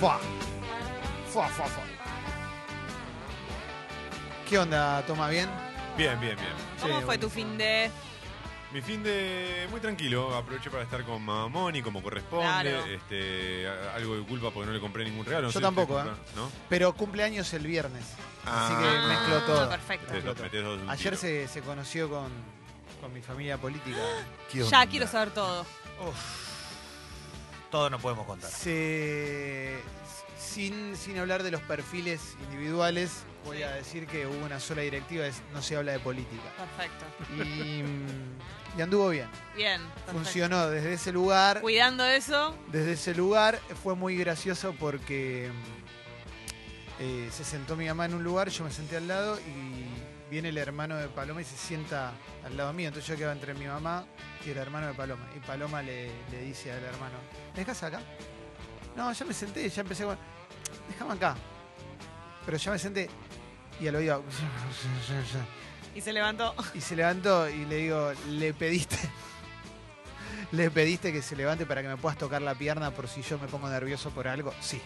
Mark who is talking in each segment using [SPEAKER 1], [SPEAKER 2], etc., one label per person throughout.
[SPEAKER 1] Fua. Fua, fua, fua. ¿Qué onda, toma bien?
[SPEAKER 2] Bien, bien, bien.
[SPEAKER 1] Sí,
[SPEAKER 3] ¿Cómo fue
[SPEAKER 1] bueno.
[SPEAKER 3] tu fin de...?
[SPEAKER 2] Mi fin de muy tranquilo, aproveché para estar con mamá Moni como corresponde.
[SPEAKER 3] Claro.
[SPEAKER 2] Este, a- algo de culpa porque no le compré ningún regalo. no
[SPEAKER 1] Yo
[SPEAKER 2] sé si
[SPEAKER 1] tampoco,
[SPEAKER 2] te compra-
[SPEAKER 1] ¿eh?
[SPEAKER 2] ¿No?
[SPEAKER 1] Pero cumpleaños el viernes. Así
[SPEAKER 2] Ah.
[SPEAKER 1] que mezcló todo.
[SPEAKER 3] perfecto.
[SPEAKER 2] Metés dos- metés dos de un
[SPEAKER 1] Ayer
[SPEAKER 2] tiro.
[SPEAKER 1] se, se conoció con, con mi familia política.
[SPEAKER 4] ¿Qué onda?
[SPEAKER 3] Ya quiero saber todo.
[SPEAKER 4] Todo no podemos contar.
[SPEAKER 1] Se, sin, sin hablar de los perfiles individuales, voy a decir que hubo una sola directiva, es no se habla de política.
[SPEAKER 3] Perfecto.
[SPEAKER 1] Y, mm, y anduvo bien.
[SPEAKER 3] Bien. perfecto.
[SPEAKER 1] Funcionó desde ese lugar.
[SPEAKER 3] Cuidando eso.
[SPEAKER 1] Desde ese lugar fue muy gracioso porque mm, eh, se sentó mi mamá en un lugar, yo me senté al lado y viene el hermano de Paloma y se sienta al lado mío. Entonces yo quedaba entre mi mamá y el hermano de Paloma. Y Paloma le, le dice al hermano, ¿me dejás acá? No, ya me senté, ya empecé con... Dejame acá. Pero ya me senté y al oído...
[SPEAKER 3] Y se levantó.
[SPEAKER 1] Y se levantó y le digo, le pediste. ¿Le pediste que se levante para que me puedas tocar la pierna por si yo me pongo nervioso por algo? Sí.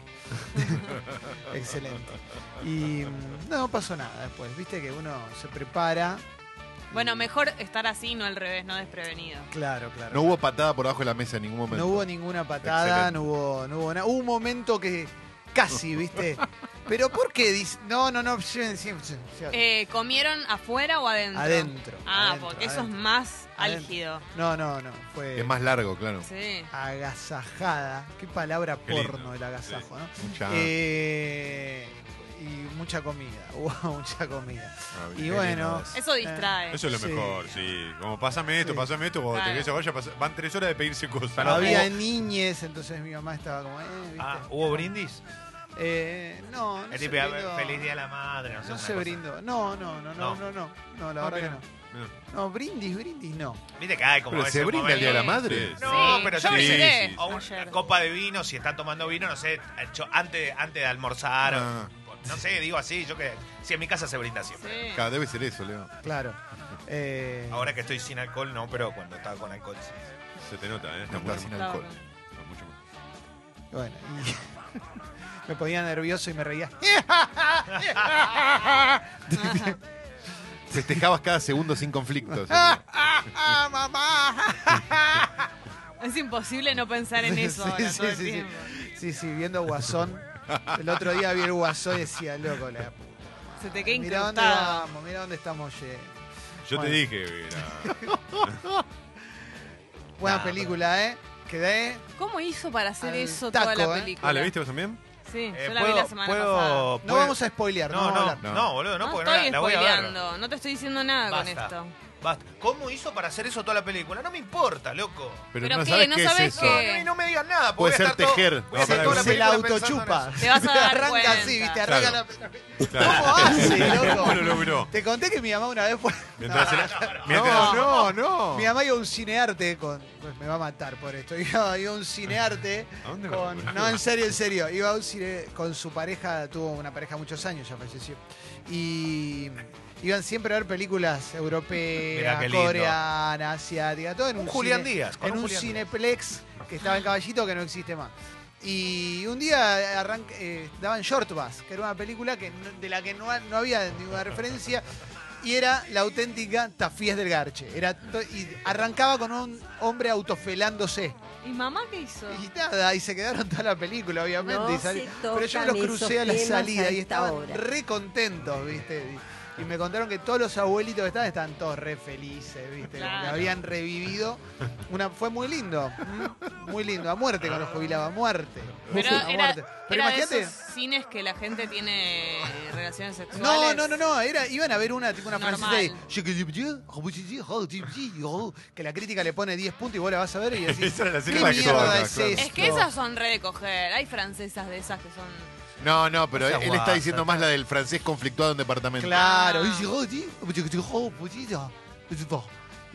[SPEAKER 1] Excelente. Y mm, no pasó nada después. Viste que uno se prepara. y-
[SPEAKER 3] Bueno, mejor estar así, no al revés, no desprevenido.
[SPEAKER 1] Claro, claro.
[SPEAKER 4] No hubo patada por abajo de la mesa en ningún momento.
[SPEAKER 1] No hubo ninguna patada,
[SPEAKER 4] Excelente.
[SPEAKER 1] no hubo, no hubo nada. Hubo un momento que casi, ¿viste? Pero ¿por qué? dice- No, no, no.
[SPEAKER 3] Eh, ¿Comieron afuera o adentro?
[SPEAKER 1] Adentro.
[SPEAKER 3] Ah,
[SPEAKER 1] adentro,
[SPEAKER 3] porque eso es
[SPEAKER 1] adentro.
[SPEAKER 3] más
[SPEAKER 1] Adentro.
[SPEAKER 3] álgido.
[SPEAKER 1] No, no, no. Fue...
[SPEAKER 4] Es más largo, claro.
[SPEAKER 3] Sí.
[SPEAKER 1] agasajada. Qué palabra
[SPEAKER 2] Qué lindo.
[SPEAKER 1] porno el agasajo, ¿no?
[SPEAKER 4] Mucha-
[SPEAKER 1] Eh, y mucha comida, hubo mucha comida.
[SPEAKER 4] Ah,
[SPEAKER 1] y
[SPEAKER 4] qué
[SPEAKER 1] bueno.
[SPEAKER 4] lindo es.
[SPEAKER 3] Eso distrae.
[SPEAKER 2] Eso es lo
[SPEAKER 1] Sí.
[SPEAKER 2] mejor, sí. Como pásame esto,
[SPEAKER 1] Sí.
[SPEAKER 2] pásame esto, cuando
[SPEAKER 3] Claro.
[SPEAKER 2] te querés a vaya, pasa- van tres horas de pedirse cosas.
[SPEAKER 1] Había niñez, entonces mi mamá estaba como, eh, ¿viste?
[SPEAKER 5] Ah, ¿hubo brindis?
[SPEAKER 1] Eh, no, no
[SPEAKER 5] Es
[SPEAKER 1] se
[SPEAKER 5] tipo, a ver,
[SPEAKER 1] brindó.
[SPEAKER 5] feliz día a la madre, no sé.
[SPEAKER 1] No
[SPEAKER 5] una
[SPEAKER 1] se
[SPEAKER 5] cosa.
[SPEAKER 1] brindó. No, no, no, no,
[SPEAKER 5] No.
[SPEAKER 1] no, no. No, la
[SPEAKER 2] Ah,
[SPEAKER 1] verdad
[SPEAKER 2] mira.
[SPEAKER 1] que
[SPEAKER 2] Mira.
[SPEAKER 1] no. No, brindis, brindis, no.
[SPEAKER 5] Viste que hay como
[SPEAKER 4] Pero
[SPEAKER 5] ese
[SPEAKER 4] se brinda
[SPEAKER 5] momento-
[SPEAKER 4] el Día de la
[SPEAKER 2] Sí,
[SPEAKER 4] Madre.
[SPEAKER 2] sí.
[SPEAKER 5] No,
[SPEAKER 3] Sí,
[SPEAKER 5] pero
[SPEAKER 3] yo
[SPEAKER 5] sí,
[SPEAKER 3] me
[SPEAKER 2] sí,
[SPEAKER 3] llegué
[SPEAKER 2] sí.
[SPEAKER 5] O una
[SPEAKER 3] ayer.
[SPEAKER 5] copa de vino, si están tomando vino, no sé, cho- antes, antes de almorzar.
[SPEAKER 4] Ah.
[SPEAKER 5] No sé, digo así, yo que. Si en mi casa se brinda siempre.
[SPEAKER 3] Sí.
[SPEAKER 4] Claro, Debe ser eso, Leo.
[SPEAKER 1] Claro. Eh,
[SPEAKER 5] Ahora que estoy sin alcohol, no, pero cuando estaba con alcohol sí.
[SPEAKER 2] Se te nota, ¿eh? Está
[SPEAKER 4] No
[SPEAKER 2] mucho
[SPEAKER 4] está sin
[SPEAKER 2] más-
[SPEAKER 4] alcohol.
[SPEAKER 3] Claro.
[SPEAKER 2] está mucho más.
[SPEAKER 1] Bueno, y me ponía nervioso y me reía.
[SPEAKER 3] Ajá.
[SPEAKER 4] Festejabas cada segundo sin conflictos.
[SPEAKER 1] ¡Ah, mamá!
[SPEAKER 3] Es imposible no pensar en
[SPEAKER 1] Sí,
[SPEAKER 3] eso
[SPEAKER 1] sí,
[SPEAKER 3] ahora
[SPEAKER 1] sí,
[SPEAKER 3] todo el
[SPEAKER 1] sí.
[SPEAKER 3] tiempo.
[SPEAKER 1] Sí, sí, viendo Guasón. El otro día vi el Guasón y decía, loco, la puta.
[SPEAKER 3] Se te queda
[SPEAKER 1] Mira dónde
[SPEAKER 3] incrustado.
[SPEAKER 1] vamos, mira dónde estamos yendo.
[SPEAKER 2] Yo
[SPEAKER 1] Bueno.
[SPEAKER 2] te dije que era-
[SPEAKER 1] Buena
[SPEAKER 5] Nah,
[SPEAKER 1] película, ¿eh? Quedé.
[SPEAKER 3] ¿Cómo hizo para hacer
[SPEAKER 1] Al
[SPEAKER 3] eso
[SPEAKER 1] taco,
[SPEAKER 3] toda
[SPEAKER 1] ¿eh?
[SPEAKER 3] la película?
[SPEAKER 2] Ah, ¿la viste vos también?
[SPEAKER 3] Sí,
[SPEAKER 5] Eh,
[SPEAKER 3] yo la vi la semana pasada.
[SPEAKER 1] No
[SPEAKER 5] puedo- puedo-
[SPEAKER 1] vamos a spoilear, no,
[SPEAKER 5] No,
[SPEAKER 1] vamos a
[SPEAKER 5] no,
[SPEAKER 1] hablar.
[SPEAKER 5] no, boludo, no,
[SPEAKER 3] No,
[SPEAKER 5] porque no
[SPEAKER 3] estoy
[SPEAKER 5] la, la voy a ver.
[SPEAKER 3] spoileando, no te estoy diciendo nada
[SPEAKER 5] Basta.
[SPEAKER 3] con esto.
[SPEAKER 5] Basta. ¿Cómo hizo para hacer eso toda la película? No me importa, loco.
[SPEAKER 4] Pero,
[SPEAKER 3] Pero
[SPEAKER 4] no
[SPEAKER 3] que
[SPEAKER 4] sabes
[SPEAKER 3] no
[SPEAKER 4] qué
[SPEAKER 3] sabés
[SPEAKER 4] es eso.
[SPEAKER 3] qué-
[SPEAKER 5] No, no, no me digan
[SPEAKER 4] Puede
[SPEAKER 5] nada. porque voy a
[SPEAKER 4] ser
[SPEAKER 5] estar todo-
[SPEAKER 4] tejer.
[SPEAKER 5] voy a
[SPEAKER 4] No,
[SPEAKER 5] estar
[SPEAKER 4] pará,
[SPEAKER 5] toda la
[SPEAKER 1] Se la
[SPEAKER 5] película pensando en
[SPEAKER 1] autochupa.
[SPEAKER 5] eso.
[SPEAKER 3] Te vas a dar
[SPEAKER 1] arranca
[SPEAKER 3] cuenta.
[SPEAKER 1] así, viste, arranca
[SPEAKER 2] Claro.
[SPEAKER 1] la.
[SPEAKER 2] Claro.
[SPEAKER 1] ¿Cómo hace, loco?
[SPEAKER 2] ¿Cómo lo logró?
[SPEAKER 1] Te conté que mi mamá una vez fue.
[SPEAKER 2] Mientras
[SPEAKER 1] No,
[SPEAKER 2] era-
[SPEAKER 4] No,
[SPEAKER 2] mientras-
[SPEAKER 4] no, no.
[SPEAKER 1] Mi mamá iba a un cinearte con. Pues me va a matar por esto. Iba, iba a un cinearte.
[SPEAKER 2] ¿A dónde va?
[SPEAKER 1] Con- no, en serio, en serio. Iba a un cine con su pareja, tuvo una pareja muchos años, ya falleció. Y iban siempre a ver películas
[SPEAKER 5] Mirá,
[SPEAKER 1] europeas,
[SPEAKER 5] qué lindo.
[SPEAKER 1] coreanas, asiáticas, todo en un,
[SPEAKER 5] Un Julián
[SPEAKER 1] cine-
[SPEAKER 5] Díaz. con
[SPEAKER 1] en un
[SPEAKER 5] Julián Díaz.
[SPEAKER 1] cineplex que estaba en Caballito que no existe más. Y un día arranca- eh, daban Short Bus, que era una película que no- de la que no, ha- no había ninguna referencia. Y era la auténtica Tafías del Garche. Era to- y arrancaba con un hombre autofelándose.
[SPEAKER 3] ¿Y mamá qué hizo?
[SPEAKER 1] Y nada, y se quedaron toda la película, obviamente.
[SPEAKER 6] No
[SPEAKER 1] y sali-
[SPEAKER 6] se
[SPEAKER 1] Pero yo me
[SPEAKER 6] tocan
[SPEAKER 1] los crucé a la
[SPEAKER 6] esos temas
[SPEAKER 1] salida
[SPEAKER 6] a
[SPEAKER 1] y
[SPEAKER 6] esta
[SPEAKER 1] estaban
[SPEAKER 6] hora.
[SPEAKER 1] re contentos, ¿viste? Y, y me contaron que todos los abuelitos que estaban estaban todos re felices, ¿viste? Como que
[SPEAKER 3] Claro.
[SPEAKER 1] habían revivido. Una, fue muy lindo, ¿m? muy lindo, a muerte con los jubilados, a muerte.
[SPEAKER 3] Pero
[SPEAKER 1] a
[SPEAKER 3] era,
[SPEAKER 1] muerte. Pero
[SPEAKER 3] era de
[SPEAKER 1] imagínate.
[SPEAKER 3] esos cines que la gente tiene relaciones sexuales.
[SPEAKER 1] No, no, no, no, era, iban a ver una, tipo una francesa de
[SPEAKER 3] Normal.
[SPEAKER 1] que la crítica le pone 10 puntos y vos la vas a ver y decís,
[SPEAKER 2] Esa era la
[SPEAKER 1] ¿qué
[SPEAKER 2] escena
[SPEAKER 1] mierda
[SPEAKER 4] actual,
[SPEAKER 1] es
[SPEAKER 4] claro.
[SPEAKER 1] esto?
[SPEAKER 3] Es que esas son re de coger. Hay francesas de esas que son.
[SPEAKER 4] No, no, pero
[SPEAKER 5] O sea,
[SPEAKER 4] él está
[SPEAKER 5] guasa,
[SPEAKER 4] diciendo más la del francés conflictuado en departamento.
[SPEAKER 1] Claro.
[SPEAKER 3] Ah.
[SPEAKER 1] Y llegó, sí. "Oh, pues
[SPEAKER 4] Que no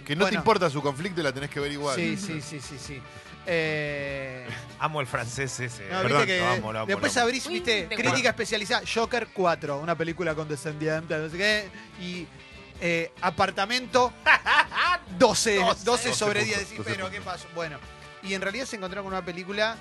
[SPEAKER 4] te
[SPEAKER 1] Bueno.
[SPEAKER 4] importa su conflicto y la tenés que ver igual.
[SPEAKER 1] Sí, sí, sí, sí, sí. Eh,
[SPEAKER 5] Amo el francés ese.
[SPEAKER 1] no,
[SPEAKER 5] Este, Perdón,
[SPEAKER 1] viste que
[SPEAKER 5] lo amo, lo amo,
[SPEAKER 1] después
[SPEAKER 5] lo amo.
[SPEAKER 1] abrís, viste,
[SPEAKER 3] Uy, te
[SPEAKER 1] crítica
[SPEAKER 3] guardo.
[SPEAKER 1] especializada, Joker 4, una película condescendiente, no sé qué, y eh, apartamento 12, 12,
[SPEAKER 4] 12
[SPEAKER 1] sobre
[SPEAKER 4] puntos,
[SPEAKER 1] 10, decís,
[SPEAKER 4] 12
[SPEAKER 1] pero ¿qué pasó? Bueno, y en realidad se encontraron con una película,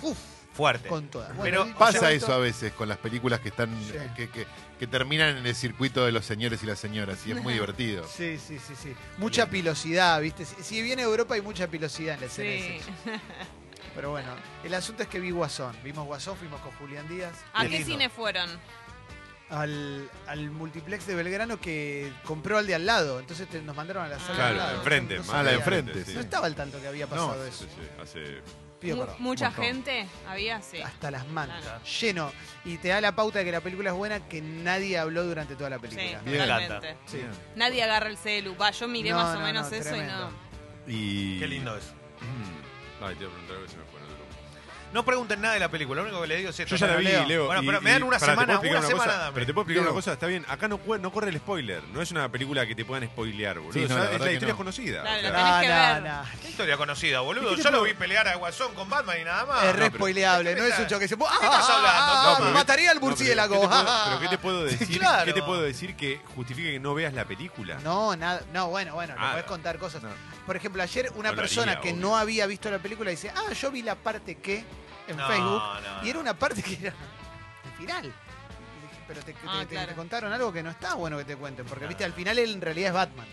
[SPEAKER 1] uf,
[SPEAKER 5] fuerte.
[SPEAKER 1] con todas.
[SPEAKER 5] Pero
[SPEAKER 1] dicho
[SPEAKER 4] Pasa
[SPEAKER 1] esto,
[SPEAKER 4] eso a veces con las películas que están
[SPEAKER 1] Sí.
[SPEAKER 4] que, que- que terminan en el circuito de los señores y las señoras y es muy divertido.
[SPEAKER 1] Sí, sí, sí, sí. Mucha pilosidad, ¿viste? Si- Si viene Europa hay mucha pilosidad en la escena. de
[SPEAKER 3] Sí.
[SPEAKER 1] sexo. Pero bueno, el asunto es que vi Guasón. Vimos Guasón, fuimos con Julián Díaz
[SPEAKER 3] ¿A
[SPEAKER 5] Qué
[SPEAKER 3] qué
[SPEAKER 5] lindo.
[SPEAKER 3] cine fueron?
[SPEAKER 1] al, al multiplex de Belgrano que compró al de al lado. Entonces te- nos mandaron a la sala
[SPEAKER 2] Claro,
[SPEAKER 1] de al lado.
[SPEAKER 2] enfrente,
[SPEAKER 1] No
[SPEAKER 2] más
[SPEAKER 1] sabía.
[SPEAKER 4] a la de enfrente,
[SPEAKER 2] sí.
[SPEAKER 1] No estaba al tanto que había pasado
[SPEAKER 2] No,
[SPEAKER 1] eso.
[SPEAKER 2] sí, sí, hace-
[SPEAKER 1] Pido
[SPEAKER 3] Mu-
[SPEAKER 1] perdón. Ah,
[SPEAKER 3] ¿Mucha
[SPEAKER 4] montón.
[SPEAKER 3] gente? ¿Había? Sí.
[SPEAKER 1] Hasta las manos.
[SPEAKER 3] Claro.
[SPEAKER 1] Lleno. Y te da la pauta de que la película es buena que nadie habló durante toda la
[SPEAKER 3] Sí,
[SPEAKER 1] película.
[SPEAKER 4] Bien.
[SPEAKER 3] totalmente.
[SPEAKER 1] Sí.
[SPEAKER 4] Bien.
[SPEAKER 3] Nadie agarra el celu. Va, yo miré
[SPEAKER 1] No,
[SPEAKER 3] más o
[SPEAKER 1] no,
[SPEAKER 3] menos
[SPEAKER 1] no,
[SPEAKER 3] eso
[SPEAKER 1] tremendo.
[SPEAKER 2] Y...
[SPEAKER 5] Qué lindo es.
[SPEAKER 2] Mm. Ay, te iba a preguntar algo y se me fue. no te preocupes.
[SPEAKER 5] No pregunten nada de la película, lo único que le digo es esto.
[SPEAKER 2] Yo ya la
[SPEAKER 5] Bueno,
[SPEAKER 2] vi,
[SPEAKER 5] Leo.
[SPEAKER 2] Leo.
[SPEAKER 5] Bueno,
[SPEAKER 2] y-
[SPEAKER 5] pero me dan
[SPEAKER 2] y-
[SPEAKER 5] una
[SPEAKER 2] pará, ¿te
[SPEAKER 5] semana,
[SPEAKER 2] puedo explicar
[SPEAKER 5] una semana
[SPEAKER 2] cosa?
[SPEAKER 5] dame.
[SPEAKER 2] Pero te puedo explicar
[SPEAKER 4] Leo.
[SPEAKER 2] una cosa, está bien. Acá no, cue- no corre el spoiler. No es una película que te puedan spoilear, boludo.
[SPEAKER 4] Sí, no,
[SPEAKER 2] O sea,
[SPEAKER 4] la
[SPEAKER 2] es-
[SPEAKER 4] verdad
[SPEAKER 2] la
[SPEAKER 4] que
[SPEAKER 2] historia
[SPEAKER 4] no.
[SPEAKER 2] es conocida.
[SPEAKER 3] Claro,
[SPEAKER 2] o
[SPEAKER 3] la
[SPEAKER 2] sea,
[SPEAKER 3] tenés que ver.
[SPEAKER 5] Qué historia conocida, boludo.
[SPEAKER 1] ¿Y qué
[SPEAKER 5] Yo
[SPEAKER 1] te
[SPEAKER 5] lo
[SPEAKER 1] puedo-
[SPEAKER 5] vi pelear a Guasón con Batman y nada más.
[SPEAKER 1] Es re
[SPEAKER 2] pero-
[SPEAKER 1] spoileable,
[SPEAKER 5] ¿Qué
[SPEAKER 1] no
[SPEAKER 5] me
[SPEAKER 1] es un
[SPEAKER 5] estás-
[SPEAKER 1] choque. se po-
[SPEAKER 5] qué estás
[SPEAKER 1] ¡Ah!
[SPEAKER 5] hablando? No, pero-
[SPEAKER 1] Mataría al
[SPEAKER 2] No, pero-
[SPEAKER 1] murciélago.
[SPEAKER 2] ¿qué te puedo-
[SPEAKER 1] ¡Ah!
[SPEAKER 2] Pero ¿qué te puedo decir?
[SPEAKER 1] claro.
[SPEAKER 2] ¿Qué te puedo decir que justifique que no veas la película?
[SPEAKER 1] No, nada. No, bueno, bueno, le
[SPEAKER 2] Ah,
[SPEAKER 1] podés contar cosas.
[SPEAKER 2] no.
[SPEAKER 1] Por ejemplo, ayer una
[SPEAKER 2] No lo
[SPEAKER 1] persona
[SPEAKER 2] haría,
[SPEAKER 1] que
[SPEAKER 2] obvio.
[SPEAKER 1] no había visto la película dice, ah, yo vi la parte que en
[SPEAKER 5] No,
[SPEAKER 1] Facebook.
[SPEAKER 5] no,
[SPEAKER 1] Y era
[SPEAKER 5] no.
[SPEAKER 1] una parte que era el final. Y dije, Pero te, te-
[SPEAKER 3] Ah,
[SPEAKER 1] te- te
[SPEAKER 3] claro.
[SPEAKER 1] contaron algo que no está bueno que te cuenten, porque
[SPEAKER 5] No.
[SPEAKER 1] viste, al final él en realidad es Batman.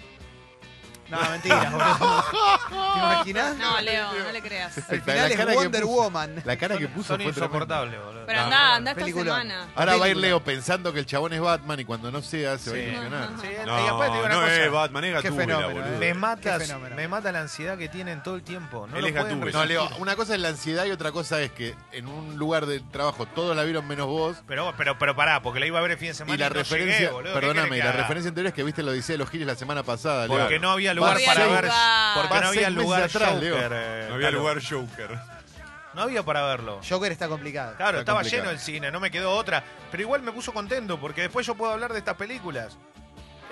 [SPEAKER 1] No, mentira, boludo. ¿Te imaginas?
[SPEAKER 3] No, Leo, no le creas.
[SPEAKER 1] Al
[SPEAKER 4] La
[SPEAKER 1] final
[SPEAKER 4] cara
[SPEAKER 1] es
[SPEAKER 4] que
[SPEAKER 1] Wonder
[SPEAKER 4] puso.
[SPEAKER 1] Woman.
[SPEAKER 4] La cara que puso
[SPEAKER 5] Son
[SPEAKER 4] fue tremenda.
[SPEAKER 5] insoportables, boludo.
[SPEAKER 3] Pero
[SPEAKER 5] No,
[SPEAKER 3] andá, andá esta
[SPEAKER 1] Peliculón.
[SPEAKER 3] semana.
[SPEAKER 4] Ahora va a ir
[SPEAKER 1] Película.
[SPEAKER 4] Leo pensando que el chabón es Batman y cuando no sea se va a
[SPEAKER 5] Sí.
[SPEAKER 4] ilusionar.
[SPEAKER 5] Sí,
[SPEAKER 2] No,
[SPEAKER 5] y aparte te digo una
[SPEAKER 2] no
[SPEAKER 5] cosa.
[SPEAKER 2] es Batman, es
[SPEAKER 1] Qué
[SPEAKER 2] Gatúbela,
[SPEAKER 1] fenómeno,
[SPEAKER 2] boludo.
[SPEAKER 1] eh.
[SPEAKER 5] Me matas-
[SPEAKER 1] Qué fenómeno.
[SPEAKER 5] me mata la ansiedad que tienen todo el tiempo. No
[SPEAKER 2] Él
[SPEAKER 5] lo
[SPEAKER 2] es
[SPEAKER 5] pueden
[SPEAKER 2] Gatúbela.
[SPEAKER 4] No,
[SPEAKER 5] resistir.
[SPEAKER 4] Leo, una cosa es la ansiedad y otra cosa es que en un lugar de trabajo todos la vieron menos vos.
[SPEAKER 5] Pero, pero, pero pará, porque la iba a ver el fin de semana.
[SPEAKER 4] Y la
[SPEAKER 5] no
[SPEAKER 4] referencia,
[SPEAKER 5] llegué, boludo. ¿Qué
[SPEAKER 4] perdóname, y
[SPEAKER 5] querés que
[SPEAKER 4] la
[SPEAKER 5] haga?
[SPEAKER 4] referencia anterior es que viste lo dice de los Giles la semana pasada, Leo.
[SPEAKER 5] Porque no había lugar
[SPEAKER 4] Va
[SPEAKER 5] para
[SPEAKER 4] seis-
[SPEAKER 5] ver.
[SPEAKER 3] va
[SPEAKER 5] Porque no
[SPEAKER 4] seis
[SPEAKER 5] había
[SPEAKER 4] meses
[SPEAKER 5] lugar
[SPEAKER 4] atrás,
[SPEAKER 5] Joker,
[SPEAKER 4] Leo.
[SPEAKER 5] eh,
[SPEAKER 2] No había
[SPEAKER 5] claro.
[SPEAKER 2] lugar Joker.
[SPEAKER 5] No había para verlo.
[SPEAKER 1] Joker está complicado.
[SPEAKER 4] Está
[SPEAKER 5] Claro, estaba
[SPEAKER 4] complicado.
[SPEAKER 5] lleno el cine, no me quedó otra. Pero igual me puso contento porque después yo puedo hablar de estas películas.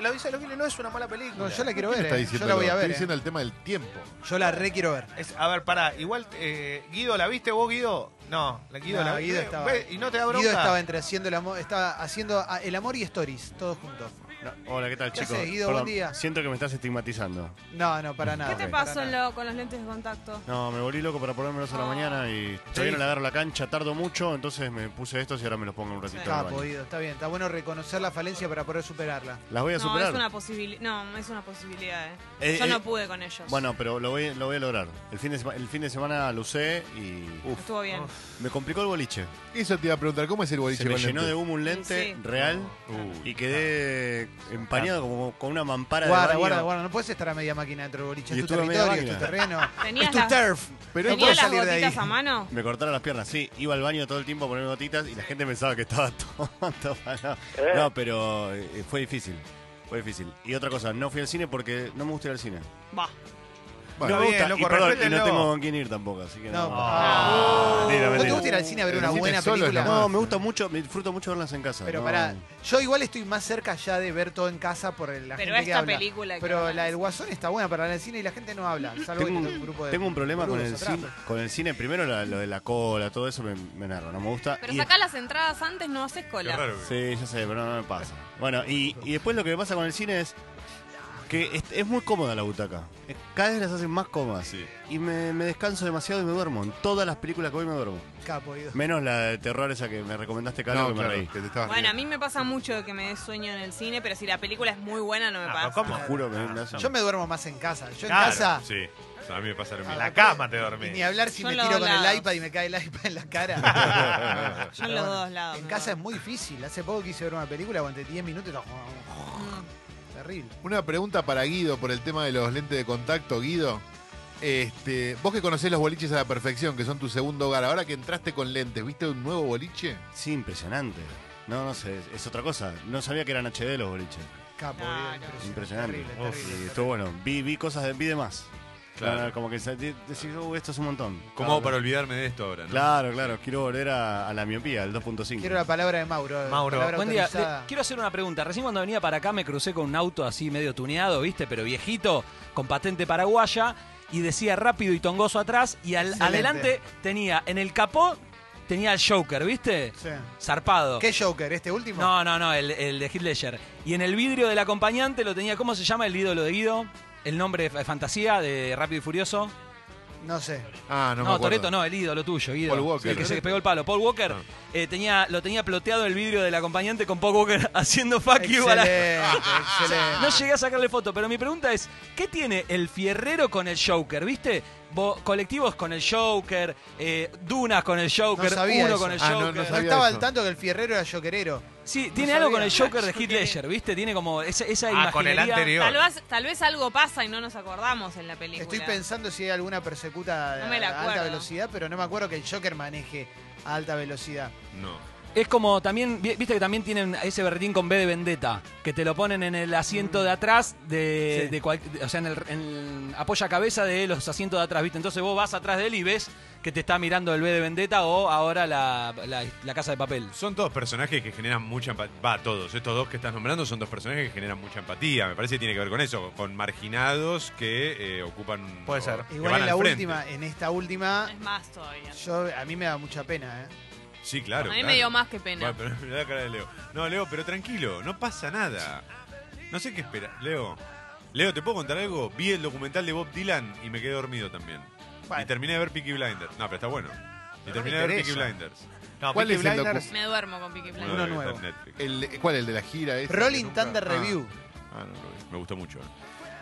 [SPEAKER 5] La avisa de los Giles no es una mala película.
[SPEAKER 1] No, yo la quiero
[SPEAKER 4] ¿Quién
[SPEAKER 1] ver.
[SPEAKER 4] está
[SPEAKER 1] eh. Yo
[SPEAKER 4] diciendo
[SPEAKER 1] la voy
[SPEAKER 4] lo-
[SPEAKER 1] a ver.
[SPEAKER 4] Estoy diciendo
[SPEAKER 1] eh.
[SPEAKER 4] el tema del tiempo.
[SPEAKER 1] Yo la re quiero ver.
[SPEAKER 5] Es- a ver, pará, igual eh, Guido, ¿la viste vos, Guido? No, la Guido
[SPEAKER 1] No,
[SPEAKER 5] la
[SPEAKER 1] Guido
[SPEAKER 5] ve-
[SPEAKER 1] estaba.
[SPEAKER 5] ve- Y no te da bronca.
[SPEAKER 1] Guido estaba entre haciendo el amor, estaba haciendo ah, el amor y stories, todos juntos.
[SPEAKER 6] Hola, ¿qué tal,
[SPEAKER 1] ¿Qué
[SPEAKER 6] chicos?
[SPEAKER 1] haces, Guido? Buen día.
[SPEAKER 6] Siento que me estás estigmatizando.
[SPEAKER 1] No, no, para nada.
[SPEAKER 3] ¿Qué te
[SPEAKER 1] Ah, para
[SPEAKER 3] pasó
[SPEAKER 1] nada.
[SPEAKER 3] Leo, con los lentes de contacto?
[SPEAKER 6] No, me volví loco para ponérmelos a la
[SPEAKER 3] Ah.
[SPEAKER 6] mañana y todavía no le agarro la cancha, tardo mucho, entonces me puse estos y ahora me los pongo un ratito.
[SPEAKER 3] Sí.
[SPEAKER 6] en el
[SPEAKER 1] Capo,
[SPEAKER 6] baño.
[SPEAKER 1] Guido, está bien. Está bueno reconocer la falencia para poder superarla.
[SPEAKER 6] Las voy a
[SPEAKER 3] No,
[SPEAKER 6] superar.
[SPEAKER 3] es una posibilidad. No, es una posibilidad, eh.
[SPEAKER 6] Eh,
[SPEAKER 3] Yo
[SPEAKER 6] eh,
[SPEAKER 3] no pude con ellos.
[SPEAKER 6] Bueno, pero lo voy, lo voy a lograr. El fin de, sema- el fin de semana lo usé y
[SPEAKER 3] Estuvo bien.
[SPEAKER 6] me complicó el boliche.
[SPEAKER 4] Eso te iba a preguntar, ¿cómo es el boliche
[SPEAKER 6] Se me
[SPEAKER 4] con
[SPEAKER 6] llenó
[SPEAKER 4] lentes?
[SPEAKER 6] de humo un lente
[SPEAKER 3] Sí, sí.
[SPEAKER 6] real
[SPEAKER 2] Uy.
[SPEAKER 6] y quedé empañado como con una mampara de
[SPEAKER 1] Guarda,
[SPEAKER 6] baño.
[SPEAKER 1] guarda, guarda. No puedes estar a media máquina dentro del boliche.
[SPEAKER 6] Y
[SPEAKER 1] Es tu
[SPEAKER 6] estuve a media
[SPEAKER 1] territorio, es tu
[SPEAKER 6] máquina.
[SPEAKER 1] terreno.
[SPEAKER 3] Tenías
[SPEAKER 1] Es tu
[SPEAKER 3] las-
[SPEAKER 1] turf.
[SPEAKER 4] Pero
[SPEAKER 1] no
[SPEAKER 3] ¿Tenía
[SPEAKER 1] puedo
[SPEAKER 3] las
[SPEAKER 1] salir de ahí.
[SPEAKER 3] gotitas a mano?
[SPEAKER 6] Me cortaron las piernas, sí. Iba al baño todo el tiempo a poner gotitas y la gente pensaba que estaba tonto. No, No, pero eh, fue difícil. Fue difícil. Y otra cosa, no fui al cine porque no me gusta ir al cine.
[SPEAKER 3] Va.
[SPEAKER 6] no me
[SPEAKER 5] bien,
[SPEAKER 6] gusta,
[SPEAKER 5] loco,
[SPEAKER 6] y, perdón, y no
[SPEAKER 5] respétenlo.
[SPEAKER 6] tengo con quién ir tampoco, así que
[SPEAKER 1] No,
[SPEAKER 6] no.
[SPEAKER 1] ah.
[SPEAKER 6] Mentira,
[SPEAKER 1] ¿No te
[SPEAKER 6] mentira.
[SPEAKER 1] gusta ir al cine a ver
[SPEAKER 4] El
[SPEAKER 1] una
[SPEAKER 4] cine
[SPEAKER 1] buena
[SPEAKER 4] solo es la
[SPEAKER 1] película?
[SPEAKER 4] más.
[SPEAKER 6] No, me gusta mucho, me disfruto mucho verlas en casa.
[SPEAKER 1] Pero
[SPEAKER 6] no.
[SPEAKER 1] pará, yo igual estoy más cerca ya de ver todo en casa por la
[SPEAKER 3] Pero
[SPEAKER 1] gente que
[SPEAKER 3] esta
[SPEAKER 1] habla.
[SPEAKER 3] película que
[SPEAKER 1] Pero
[SPEAKER 3] hablas.
[SPEAKER 1] la del Guasón está buena para el cine y la gente no habla, salvo
[SPEAKER 6] Tengo
[SPEAKER 1] que tenga un
[SPEAKER 6] un,
[SPEAKER 1] grupo de
[SPEAKER 6] tengo un problema con
[SPEAKER 1] boludos
[SPEAKER 6] el,
[SPEAKER 1] atrás.
[SPEAKER 6] cine, con el cine. Primero la- lo de la cola, todo eso me, me narra, no me gusta.
[SPEAKER 3] Pero
[SPEAKER 6] Y-
[SPEAKER 3] sacá las entradas antes, no haces
[SPEAKER 2] Qué
[SPEAKER 3] cola.
[SPEAKER 2] raro. que-
[SPEAKER 6] Sí, ya sé, pero no me pasa. Bueno, y, y después lo que me pasa con el cine es que es, es muy cómoda la butaca. Es- Cada vez las hacen más cómodas.
[SPEAKER 2] Sí.
[SPEAKER 6] Y me, me descanso demasiado y me duermo. En todas las películas que voy me duermo.
[SPEAKER 1] Capo, Guido.
[SPEAKER 6] Menos la de terror esa que me recomendaste, Carlos,
[SPEAKER 4] No,
[SPEAKER 6] que me
[SPEAKER 4] claro,
[SPEAKER 6] reí.
[SPEAKER 4] que te estabas
[SPEAKER 3] Bueno, a
[SPEAKER 4] riendo.
[SPEAKER 3] mí me pasa mucho que me des sueño en el cine, pero si la película es muy buena, no me
[SPEAKER 5] Ah,
[SPEAKER 3] pasa.
[SPEAKER 5] pero ¿Cómo?
[SPEAKER 6] Te juro que me hace-
[SPEAKER 1] Yo me duermo más en casa. Yo en
[SPEAKER 5] Claro,
[SPEAKER 1] casa.
[SPEAKER 2] Sí. O sea, a mí me pasa lo
[SPEAKER 1] Ah,
[SPEAKER 2] mismo.
[SPEAKER 5] la cama te dormí.
[SPEAKER 1] y Ni hablar si
[SPEAKER 3] Yo
[SPEAKER 1] me
[SPEAKER 3] en los
[SPEAKER 1] tiro
[SPEAKER 3] dos
[SPEAKER 1] con el
[SPEAKER 3] lados.
[SPEAKER 1] iPad y me cae el iPad en la cara.
[SPEAKER 3] Yo en los dos lados,
[SPEAKER 1] En
[SPEAKER 3] me
[SPEAKER 1] casa
[SPEAKER 3] va.
[SPEAKER 1] es muy difícil. Hace poco quise ver una película, aguanté 10 minutos y estaba-
[SPEAKER 3] Mm.
[SPEAKER 1] Terrible.
[SPEAKER 4] Una pregunta para Guido por el tema de los lentes de contacto, Guido. Este, vos que conocés los boliches a la perfección, que son tu segundo hogar, ahora que entraste con lentes, ¿viste un nuevo boliche?
[SPEAKER 6] Sí, impresionante. No, no sé, es, es otra cosa. No sabía que eran HD los boliches.
[SPEAKER 1] Capo,
[SPEAKER 3] Claro.
[SPEAKER 1] Guido,
[SPEAKER 6] Impresionante.
[SPEAKER 1] Terrible,
[SPEAKER 6] Uf,
[SPEAKER 1] terrible,
[SPEAKER 6] y
[SPEAKER 1] terrible.
[SPEAKER 6] estuvo bueno. Vi, vi cosas, de, vi de más.
[SPEAKER 2] Claro.
[SPEAKER 6] Claro, como que se- de- decís, "Uh, esto es un montón.
[SPEAKER 2] ¿Cómo hago para olvidarme de esto ahora? no?
[SPEAKER 6] Claro, claro, quiero volver a, a la miopía, al 2.5.
[SPEAKER 1] Quiero la palabra de Mauro.
[SPEAKER 5] Mauro.
[SPEAKER 1] palabra
[SPEAKER 7] Buen día.
[SPEAKER 1] autorizada.
[SPEAKER 7] Le- quiero hacer una pregunta. Recién cuando venía para acá me crucé con un auto así medio tuneado, ¿viste? Pero viejito, con patente paraguaya. Y decía rápido y tongoso atrás. Y al-
[SPEAKER 1] Excelente.
[SPEAKER 7] adelante tenía, en el capó, tenía el Joker, ¿viste?
[SPEAKER 1] Sí.
[SPEAKER 7] Zarpado.
[SPEAKER 1] ¿Qué Joker? ¿Este último?
[SPEAKER 7] No, no, no, el, el de Heath Ledger. Y en el vidrio del acompañante lo tenía, ¿cómo se llama el ídolo de Guido? El nombre de fa- fantasía de Rápido y Furioso.
[SPEAKER 1] No sé.
[SPEAKER 4] Ah, no,
[SPEAKER 7] No,
[SPEAKER 4] me acuerdo.
[SPEAKER 7] Toreto no, el ídolo tuyo, Guido.
[SPEAKER 4] Paul Walker.
[SPEAKER 7] El que se pegó el palo. Paul Walker
[SPEAKER 4] Ah.
[SPEAKER 7] eh, tenía, lo tenía ploteado en el vidrio del acompañante con Paul Walker haciendo fuck you a la-
[SPEAKER 1] Excelente, excelente.
[SPEAKER 7] No llegué a sacarle foto, pero mi pregunta es, ¿qué tiene el fierrero con el Joker? ¿Viste? Bo- colectivos con el Joker, eh, Dunas con el Joker,
[SPEAKER 1] No sabía
[SPEAKER 7] uno
[SPEAKER 1] eso.
[SPEAKER 7] con el
[SPEAKER 4] Ah, no,
[SPEAKER 7] Joker.
[SPEAKER 4] no
[SPEAKER 1] No
[SPEAKER 4] sabía.
[SPEAKER 1] estaba
[SPEAKER 4] eso.
[SPEAKER 1] al tanto que el fierrero era yoquerero.
[SPEAKER 7] Sí, tiene
[SPEAKER 1] sabía.
[SPEAKER 7] algo con el Joker de
[SPEAKER 3] Joker.
[SPEAKER 7] Heath Ledger, ¿viste? Tiene como esa, esa
[SPEAKER 5] Ah, con el
[SPEAKER 7] imaginería-
[SPEAKER 5] anterior.
[SPEAKER 3] Tal vez, tal vez algo pasa y no nos acordamos en la película.
[SPEAKER 1] Estoy pensando si hay alguna persecuta
[SPEAKER 3] No
[SPEAKER 1] a-
[SPEAKER 3] me la
[SPEAKER 1] a alta
[SPEAKER 3] acuerdo.
[SPEAKER 1] velocidad, pero no me acuerdo que el Joker maneje a alta velocidad.
[SPEAKER 2] No.
[SPEAKER 7] Es como también, vi- viste que también tienen ese berretín con B de vendetta, que te lo ponen en el asiento de atrás de,
[SPEAKER 1] Sí.
[SPEAKER 7] de cual- de- o sea, en el, en el apoya cabeza de los asientos de atrás, viste. Entonces vos vas atrás de él y ves que te está mirando el B de vendetta o ahora la, la- la casa de papel.
[SPEAKER 2] Son todos personajes que generan mucha empatía. Va, todos. Estos dos que estás nombrando son dos personajes que generan mucha empatía. Me parece que tiene que ver con eso, con marginados que eh, ocupan.
[SPEAKER 5] Puede ser.
[SPEAKER 2] o que
[SPEAKER 1] Igual
[SPEAKER 2] van
[SPEAKER 1] en
[SPEAKER 2] al
[SPEAKER 1] la
[SPEAKER 2] frente.
[SPEAKER 1] última, en esta última,
[SPEAKER 3] Es más todavía.
[SPEAKER 1] yo a mí me da mucha pena, ¿eh?
[SPEAKER 2] Sí, claro.
[SPEAKER 3] a mí me
[SPEAKER 2] claro.
[SPEAKER 3] dio más que pena.
[SPEAKER 2] Bueno, pero mirá la cara de Leo. No, Leo, pero tranquilo, no pasa nada. No sé qué espera. Leo, Leo, ¿te puedo contar algo? Vi el documental de Bob Dylan y me quedé dormido también.
[SPEAKER 1] Bueno.
[SPEAKER 2] Y terminé de ver Peaky Blinders. No, pero está bueno. Y
[SPEAKER 5] me
[SPEAKER 2] terminé de ver Peaky
[SPEAKER 5] interesa.
[SPEAKER 2] Blinders.
[SPEAKER 5] No,
[SPEAKER 4] ¿Cuál
[SPEAKER 5] Peaky
[SPEAKER 4] es el
[SPEAKER 5] Blinders-
[SPEAKER 3] Me duermo con Peaky
[SPEAKER 2] Uno,
[SPEAKER 3] Blinders.
[SPEAKER 2] de-
[SPEAKER 1] nuevo.
[SPEAKER 2] está en Netflix.
[SPEAKER 4] El- eh, ¿Cuál? ¿El de la gira? esa?
[SPEAKER 1] Rolling
[SPEAKER 4] Nunca-
[SPEAKER 1] Thunder
[SPEAKER 4] Ah.
[SPEAKER 1] Review.
[SPEAKER 2] Ah, no, lo vi. Me gustó mucho. eh.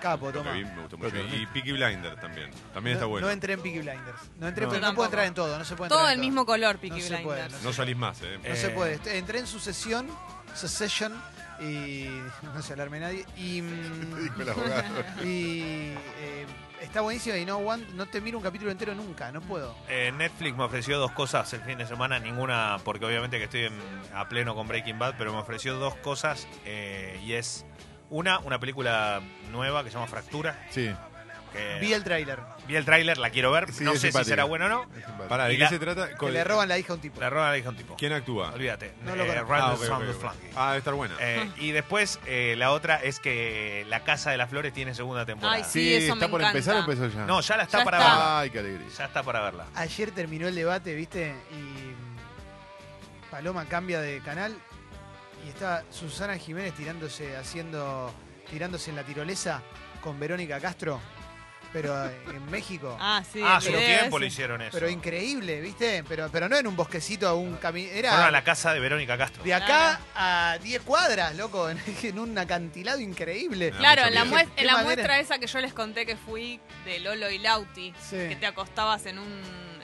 [SPEAKER 1] Capo,
[SPEAKER 2] Lo que
[SPEAKER 1] toma.
[SPEAKER 2] vi me gustó mucho. Y Peaky Blinders también. También está
[SPEAKER 1] No,
[SPEAKER 2] bueno.
[SPEAKER 1] no entré en Peaky Blinders. No entré, pero no
[SPEAKER 3] Yo
[SPEAKER 2] No.
[SPEAKER 1] puedo
[SPEAKER 3] tampoco.
[SPEAKER 1] entrar en todo, no se puede
[SPEAKER 3] Todo
[SPEAKER 1] entrar en
[SPEAKER 3] el mismo color, Peaky
[SPEAKER 1] No se
[SPEAKER 3] Blinders.
[SPEAKER 1] puede, no
[SPEAKER 2] No salís más, ¿eh?
[SPEAKER 1] No se puede. Est- Entré en sucesión, succession, y no se alarme nadie. Y, mm,
[SPEAKER 4] Dijo el abogado.
[SPEAKER 1] y, eh, está buenísimo y no, Juan, no te miro un capítulo entero nunca, no puedo.
[SPEAKER 5] Eh, Netflix me ofreció dos cosas el fin de semana, ninguna, porque obviamente que estoy en- a pleno con Breaking Bad, pero me ofreció dos cosas eh, y es una, una película nueva que se llama Fractura.
[SPEAKER 4] Sí,
[SPEAKER 2] Eh.
[SPEAKER 5] que
[SPEAKER 1] Vi el tráiler,
[SPEAKER 5] vi el tráiler, la quiero ver,
[SPEAKER 4] Sí,
[SPEAKER 5] no
[SPEAKER 4] es
[SPEAKER 5] sé si
[SPEAKER 4] simpática.
[SPEAKER 5] será bueno o no.
[SPEAKER 4] es simpático.
[SPEAKER 2] Pará, ¿de
[SPEAKER 5] Y
[SPEAKER 2] qué
[SPEAKER 5] la-
[SPEAKER 2] se trata?
[SPEAKER 1] que le roban la hija a un tipo.
[SPEAKER 5] La roba la dijo un tipo.
[SPEAKER 2] ¿Quién actúa? Ah,
[SPEAKER 5] Olvídate.
[SPEAKER 1] No lo
[SPEAKER 5] Eh,
[SPEAKER 1] conozco.
[SPEAKER 5] Randall
[SPEAKER 2] ok, ok, ok.
[SPEAKER 5] Sandler-Flunky.
[SPEAKER 2] Ah, debe estar buena.
[SPEAKER 5] Eh, y después eh, la otra es que La Casa de las Flores tiene segunda temporada.
[SPEAKER 3] Ay,
[SPEAKER 4] Sí,
[SPEAKER 3] Sí, eso
[SPEAKER 4] ¿está
[SPEAKER 3] me
[SPEAKER 4] por
[SPEAKER 3] encanta.
[SPEAKER 4] empezar o empezó ya?
[SPEAKER 5] No, ya la está
[SPEAKER 3] Ya
[SPEAKER 5] para
[SPEAKER 3] está.
[SPEAKER 5] verla.
[SPEAKER 4] Ay, qué alegría.
[SPEAKER 5] Ya está para verla.
[SPEAKER 1] Ayer terminó el debate, ¿viste? Y mm, Paloma cambia de canal y está Susana Jiménez tirándose, haciendo, tirándose en la tirolesa con Verónica Castro, pero eh, en México.
[SPEAKER 3] Ah, sí. el
[SPEAKER 5] ah, hace un
[SPEAKER 3] video
[SPEAKER 5] tiempo
[SPEAKER 3] ese.
[SPEAKER 5] lo hicieron eso.
[SPEAKER 1] Pero increíble, ¿viste? Pero, pero no en un bosquecito, a un camino.
[SPEAKER 5] Fueron
[SPEAKER 1] Era
[SPEAKER 5] a la casa de Verónica Castro.
[SPEAKER 1] de acá a 10 cuadras, loco, en, en un acantilado increíble.
[SPEAKER 2] Ah,
[SPEAKER 3] Claro,
[SPEAKER 2] mucho
[SPEAKER 3] en la,
[SPEAKER 2] miedo.
[SPEAKER 3] muest-
[SPEAKER 1] Qué
[SPEAKER 3] en la
[SPEAKER 1] manera.
[SPEAKER 3] muestra esa que yo les conté que fui de Lolo y Lauti,
[SPEAKER 1] Sí.
[SPEAKER 3] que te acostabas en un...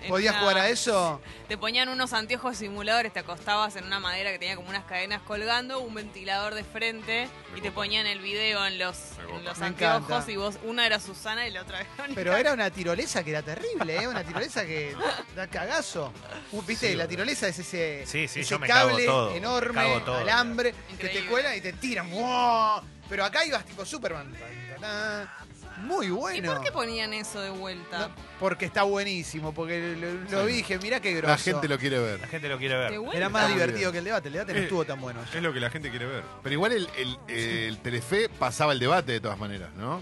[SPEAKER 3] en
[SPEAKER 1] ¿Podías
[SPEAKER 3] una-
[SPEAKER 1] jugar a eso?
[SPEAKER 3] Te ponían unos anteojos simuladores, te acostabas en una madera que tenía como unas cadenas colgando, un ventilador de frente
[SPEAKER 2] Me
[SPEAKER 3] y te
[SPEAKER 2] copa.
[SPEAKER 3] ponían el video en los,
[SPEAKER 2] Me
[SPEAKER 3] en
[SPEAKER 2] copa.
[SPEAKER 3] los
[SPEAKER 1] Me
[SPEAKER 3] anteojos
[SPEAKER 1] encanta.
[SPEAKER 3] y vos, una era Susana y la otra Verónica.
[SPEAKER 1] Pero era una tirolesa que era terrible, ¿eh? Una tirolesa que da cagazo. Uh, ¿Viste? la tirolesa es ese,
[SPEAKER 5] Sí, sí,
[SPEAKER 1] ese
[SPEAKER 5] yo me cago
[SPEAKER 1] cable
[SPEAKER 5] todo, me
[SPEAKER 1] enorme,
[SPEAKER 5] cago todo,
[SPEAKER 1] alambre, que te
[SPEAKER 3] Increíble.
[SPEAKER 1] cuela y te tiran. ¡Wow! Pero acá ibas tipo Superman. Muy bueno.
[SPEAKER 3] ¿Y por qué ponían eso de vuelta?
[SPEAKER 1] No, porque está buenísimo, porque lo, lo vi y dije, mirá qué grosso.
[SPEAKER 4] La gente lo quiere ver.
[SPEAKER 5] La gente lo quiere
[SPEAKER 3] ¿De
[SPEAKER 5] ver.
[SPEAKER 3] vuelta?
[SPEAKER 1] Era más
[SPEAKER 4] Está muy
[SPEAKER 1] divertido
[SPEAKER 4] bien.
[SPEAKER 1] que el debate. El debate no
[SPEAKER 2] Eh,
[SPEAKER 1] estuvo tan bueno.
[SPEAKER 2] Es lo que la gente quiere ver.
[SPEAKER 4] Pero igual el, el, el Telefe pasaba el debate de todas maneras, ¿no?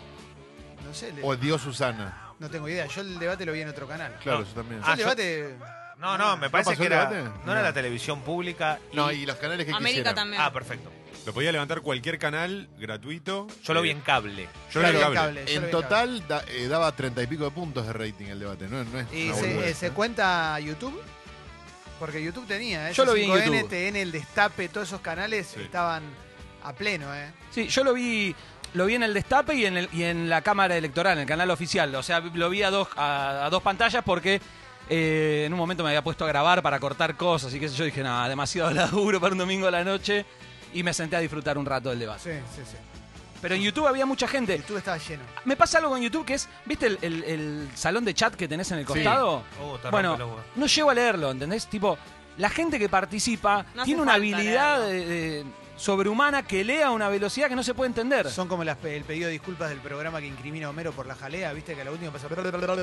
[SPEAKER 1] No sé, le-
[SPEAKER 4] O dio Susana.
[SPEAKER 1] no tengo idea. Yo el debate lo vi en otro canal.
[SPEAKER 4] Claro,
[SPEAKER 5] No.
[SPEAKER 4] yo también.
[SPEAKER 1] Yo
[SPEAKER 5] Ah,
[SPEAKER 1] el debate.
[SPEAKER 5] No, no, me parece
[SPEAKER 4] pasó
[SPEAKER 5] que
[SPEAKER 4] el
[SPEAKER 5] era,
[SPEAKER 4] debate?
[SPEAKER 5] no era
[SPEAKER 4] No.
[SPEAKER 5] la televisión pública. Y,
[SPEAKER 4] no, y los canales que
[SPEAKER 3] América
[SPEAKER 4] quisieran.
[SPEAKER 3] también.
[SPEAKER 5] Ah, perfecto.
[SPEAKER 2] Lo podía levantar cualquier canal gratuito.
[SPEAKER 5] Yo lo vi
[SPEAKER 2] Eh,
[SPEAKER 5] en cable.
[SPEAKER 2] Yo lo vi en
[SPEAKER 1] Claro,
[SPEAKER 2] cable.
[SPEAKER 1] Eh, yo lo vi en cable.
[SPEAKER 4] En total da- eh, daba treinta y pico de puntos de rating el debate, ¿no? No es
[SPEAKER 1] ¿Y
[SPEAKER 4] una
[SPEAKER 1] se,
[SPEAKER 4] boludez,
[SPEAKER 1] eh, se
[SPEAKER 4] ¿eh?
[SPEAKER 1] cuenta YouTube? Porque YouTube tenía, ¿eh?
[SPEAKER 7] Yo lo vi en
[SPEAKER 1] 5N,
[SPEAKER 7] YouTube.
[SPEAKER 1] TN, el Destape, todos esos canales
[SPEAKER 2] Sí.
[SPEAKER 1] estaban a pleno, ¿eh?
[SPEAKER 7] Sí, yo lo vi, lo vi en el Destape y en, el- y en la Cámara Electoral, en el canal oficial. O sea, lo vi a dos, a, a dos pantallas porque eh, en un momento me había puesto a grabar para cortar cosas y qué sé yo. Dije, nada, demasiado laburo para un domingo a la noche. Y me senté a disfrutar un rato del debate.
[SPEAKER 1] Sí, sí, sí.
[SPEAKER 7] Pero en YouTube había mucha gente.
[SPEAKER 1] Eh. YouTube estaba lleno.
[SPEAKER 7] Me pasa algo con YouTube que es, ¿viste el, el- el salón de chat que tenés en el
[SPEAKER 1] Uh,
[SPEAKER 7] costado?
[SPEAKER 5] Oh, te
[SPEAKER 7] bueno,
[SPEAKER 5] rompe los huevos.
[SPEAKER 7] no llego a leerlo, ¿entendés? Tipo, la gente que participa
[SPEAKER 3] No hace
[SPEAKER 7] tiene una
[SPEAKER 3] falta
[SPEAKER 7] habilidad eh, eh, sobrehumana que lea a una velocidad que no se puede entender.
[SPEAKER 1] Son como las pe- el pedido de disculpas del programa que incrimina a Homero por la jalea, ¿viste? Que a la última pasa.
[SPEAKER 3] Aparte
[SPEAKER 1] lo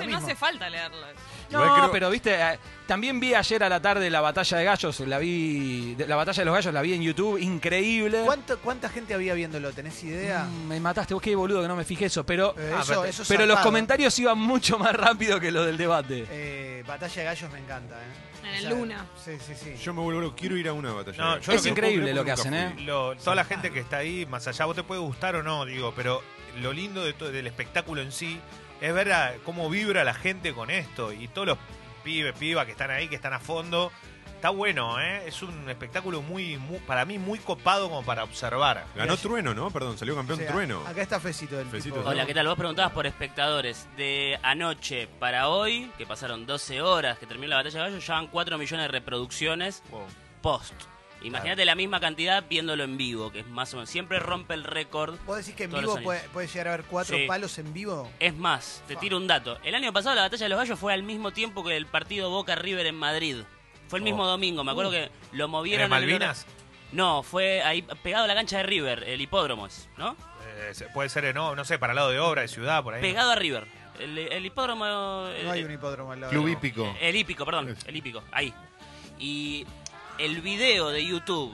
[SPEAKER 3] no
[SPEAKER 1] mismo.
[SPEAKER 3] hace falta leerlo.
[SPEAKER 7] No,
[SPEAKER 2] Igual creo-
[SPEAKER 7] pero viste, eh, también vi ayer a la tarde la batalla de gallos, la vi, de- la batalla de los gallos la vi en YouTube, increíble.
[SPEAKER 1] ¿Cuánto- ¿Cuánta gente había viéndolo? ¿Tenés idea?
[SPEAKER 7] Mm, me mataste, vos qué boludo que no me fijé eso, pero,
[SPEAKER 1] Eh,
[SPEAKER 5] Ah,
[SPEAKER 1] eso,
[SPEAKER 5] pero-
[SPEAKER 1] eso es
[SPEAKER 7] pero los
[SPEAKER 1] zarpado.
[SPEAKER 7] comentarios iban mucho más rápido que los del debate.
[SPEAKER 1] Eh, Batalla de Gallos me encanta, ¿eh?
[SPEAKER 3] En el Luna.
[SPEAKER 1] Sí, sí, sí.
[SPEAKER 2] Yo me vuelvo loco, quiero ir a una batalla.
[SPEAKER 5] No,
[SPEAKER 2] de
[SPEAKER 5] yo
[SPEAKER 2] gallos.
[SPEAKER 5] lo que- ¿eh?
[SPEAKER 7] increíble
[SPEAKER 2] Creo
[SPEAKER 7] lo que
[SPEAKER 2] nunca
[SPEAKER 7] hacen,
[SPEAKER 2] fui.
[SPEAKER 5] Lo- toda la gente que está ahí, más allá, vos te puede gustar o no, digo, pero lo lindo de to- del espectáculo en sí es ver a- cómo vibra la gente con esto y todos los pibes, pibas que están ahí, que están a fondo. Está bueno, ¿eh? Es un espectáculo muy, muy- para mí muy copado como para observar.
[SPEAKER 2] Ganó Trueno, ¿no? Perdón, salió campeón
[SPEAKER 1] O sea,
[SPEAKER 2] Trueno.
[SPEAKER 1] Acá está Fecito del
[SPEAKER 2] Fecito,
[SPEAKER 1] tipo.
[SPEAKER 2] ¿no?
[SPEAKER 8] Hola, ¿qué tal? Vos preguntabas por espectadores. De anoche para hoy, que pasaron 12 horas, que terminó la batalla de gallo, ya van 4 millones de reproducciones post. Imagínate la misma cantidad viéndolo en vivo, que es más o menos. Siempre rompe el récord.
[SPEAKER 1] ¿Vos decís que en
[SPEAKER 8] Todos
[SPEAKER 1] vivo
[SPEAKER 8] los años.
[SPEAKER 1] puede, puede llegar a haber cuatro
[SPEAKER 8] Sí.
[SPEAKER 1] palos en vivo?
[SPEAKER 8] Es más, te tiro un dato. El año pasado la batalla de los gallos fue al mismo tiempo que el partido Boca River en Madrid. Fue el mismo
[SPEAKER 5] Oh.
[SPEAKER 8] domingo, me acuerdo
[SPEAKER 1] Uh.
[SPEAKER 8] que lo
[SPEAKER 5] ¿En
[SPEAKER 8] movieron.
[SPEAKER 5] el
[SPEAKER 8] en el-
[SPEAKER 5] Malvinas?
[SPEAKER 8] No, fue ahí pegado a la cancha de River, el hipódromo, es, ¿no?
[SPEAKER 5] Eh, se- puede ser, eh, no, no sé, para el lado de obra, de ciudad, por ahí. ¿no?
[SPEAKER 8] Pegado a River. El, el hipódromo.
[SPEAKER 1] No hay
[SPEAKER 8] eh,
[SPEAKER 1] un hipódromo al lado.
[SPEAKER 4] Club
[SPEAKER 1] del-
[SPEAKER 4] hípico.
[SPEAKER 3] Eh,
[SPEAKER 8] El hípico, perdón, el hípico, ahí. Y el video de YouTube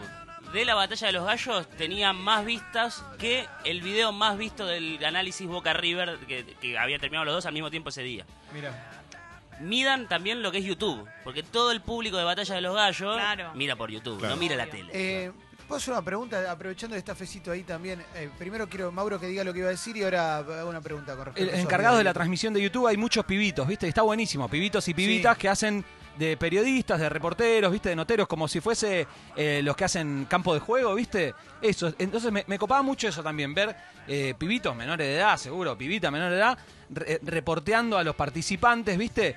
[SPEAKER 8] de la batalla de los gallos tenía más vistas que el video más visto del análisis Boca River que, que había terminado los dos al mismo tiempo ese día.
[SPEAKER 1] Mira,
[SPEAKER 8] Midan también lo que es YouTube, porque todo el público de Batalla de los Gallos
[SPEAKER 3] Claro.
[SPEAKER 8] mira por YouTube,
[SPEAKER 4] Claro.
[SPEAKER 8] no mira la tele.
[SPEAKER 1] eh, puedo hacer una pregunta, aprovechando que está Fecito ahí también. Eh, primero quiero, Mauro, que diga lo que iba a decir y ahora hago una pregunta con respecto
[SPEAKER 7] El
[SPEAKER 1] a esos
[SPEAKER 7] encargado de la
[SPEAKER 1] videos.
[SPEAKER 7] transmisión de YouTube hay muchos pibitos, ¿viste? Está buenísimo. Pibitos y pibitas
[SPEAKER 1] Sí.
[SPEAKER 7] que hacen de periodistas, de reporteros, ¿viste? De noteros, como si fuese eh, los que hacen campo de juego, ¿viste? Eso. Entonces me, me copaba mucho eso también, ver eh, pibitos menores de edad, seguro, pibita menor de edad, re- eh, reporteando a los participantes, ¿viste?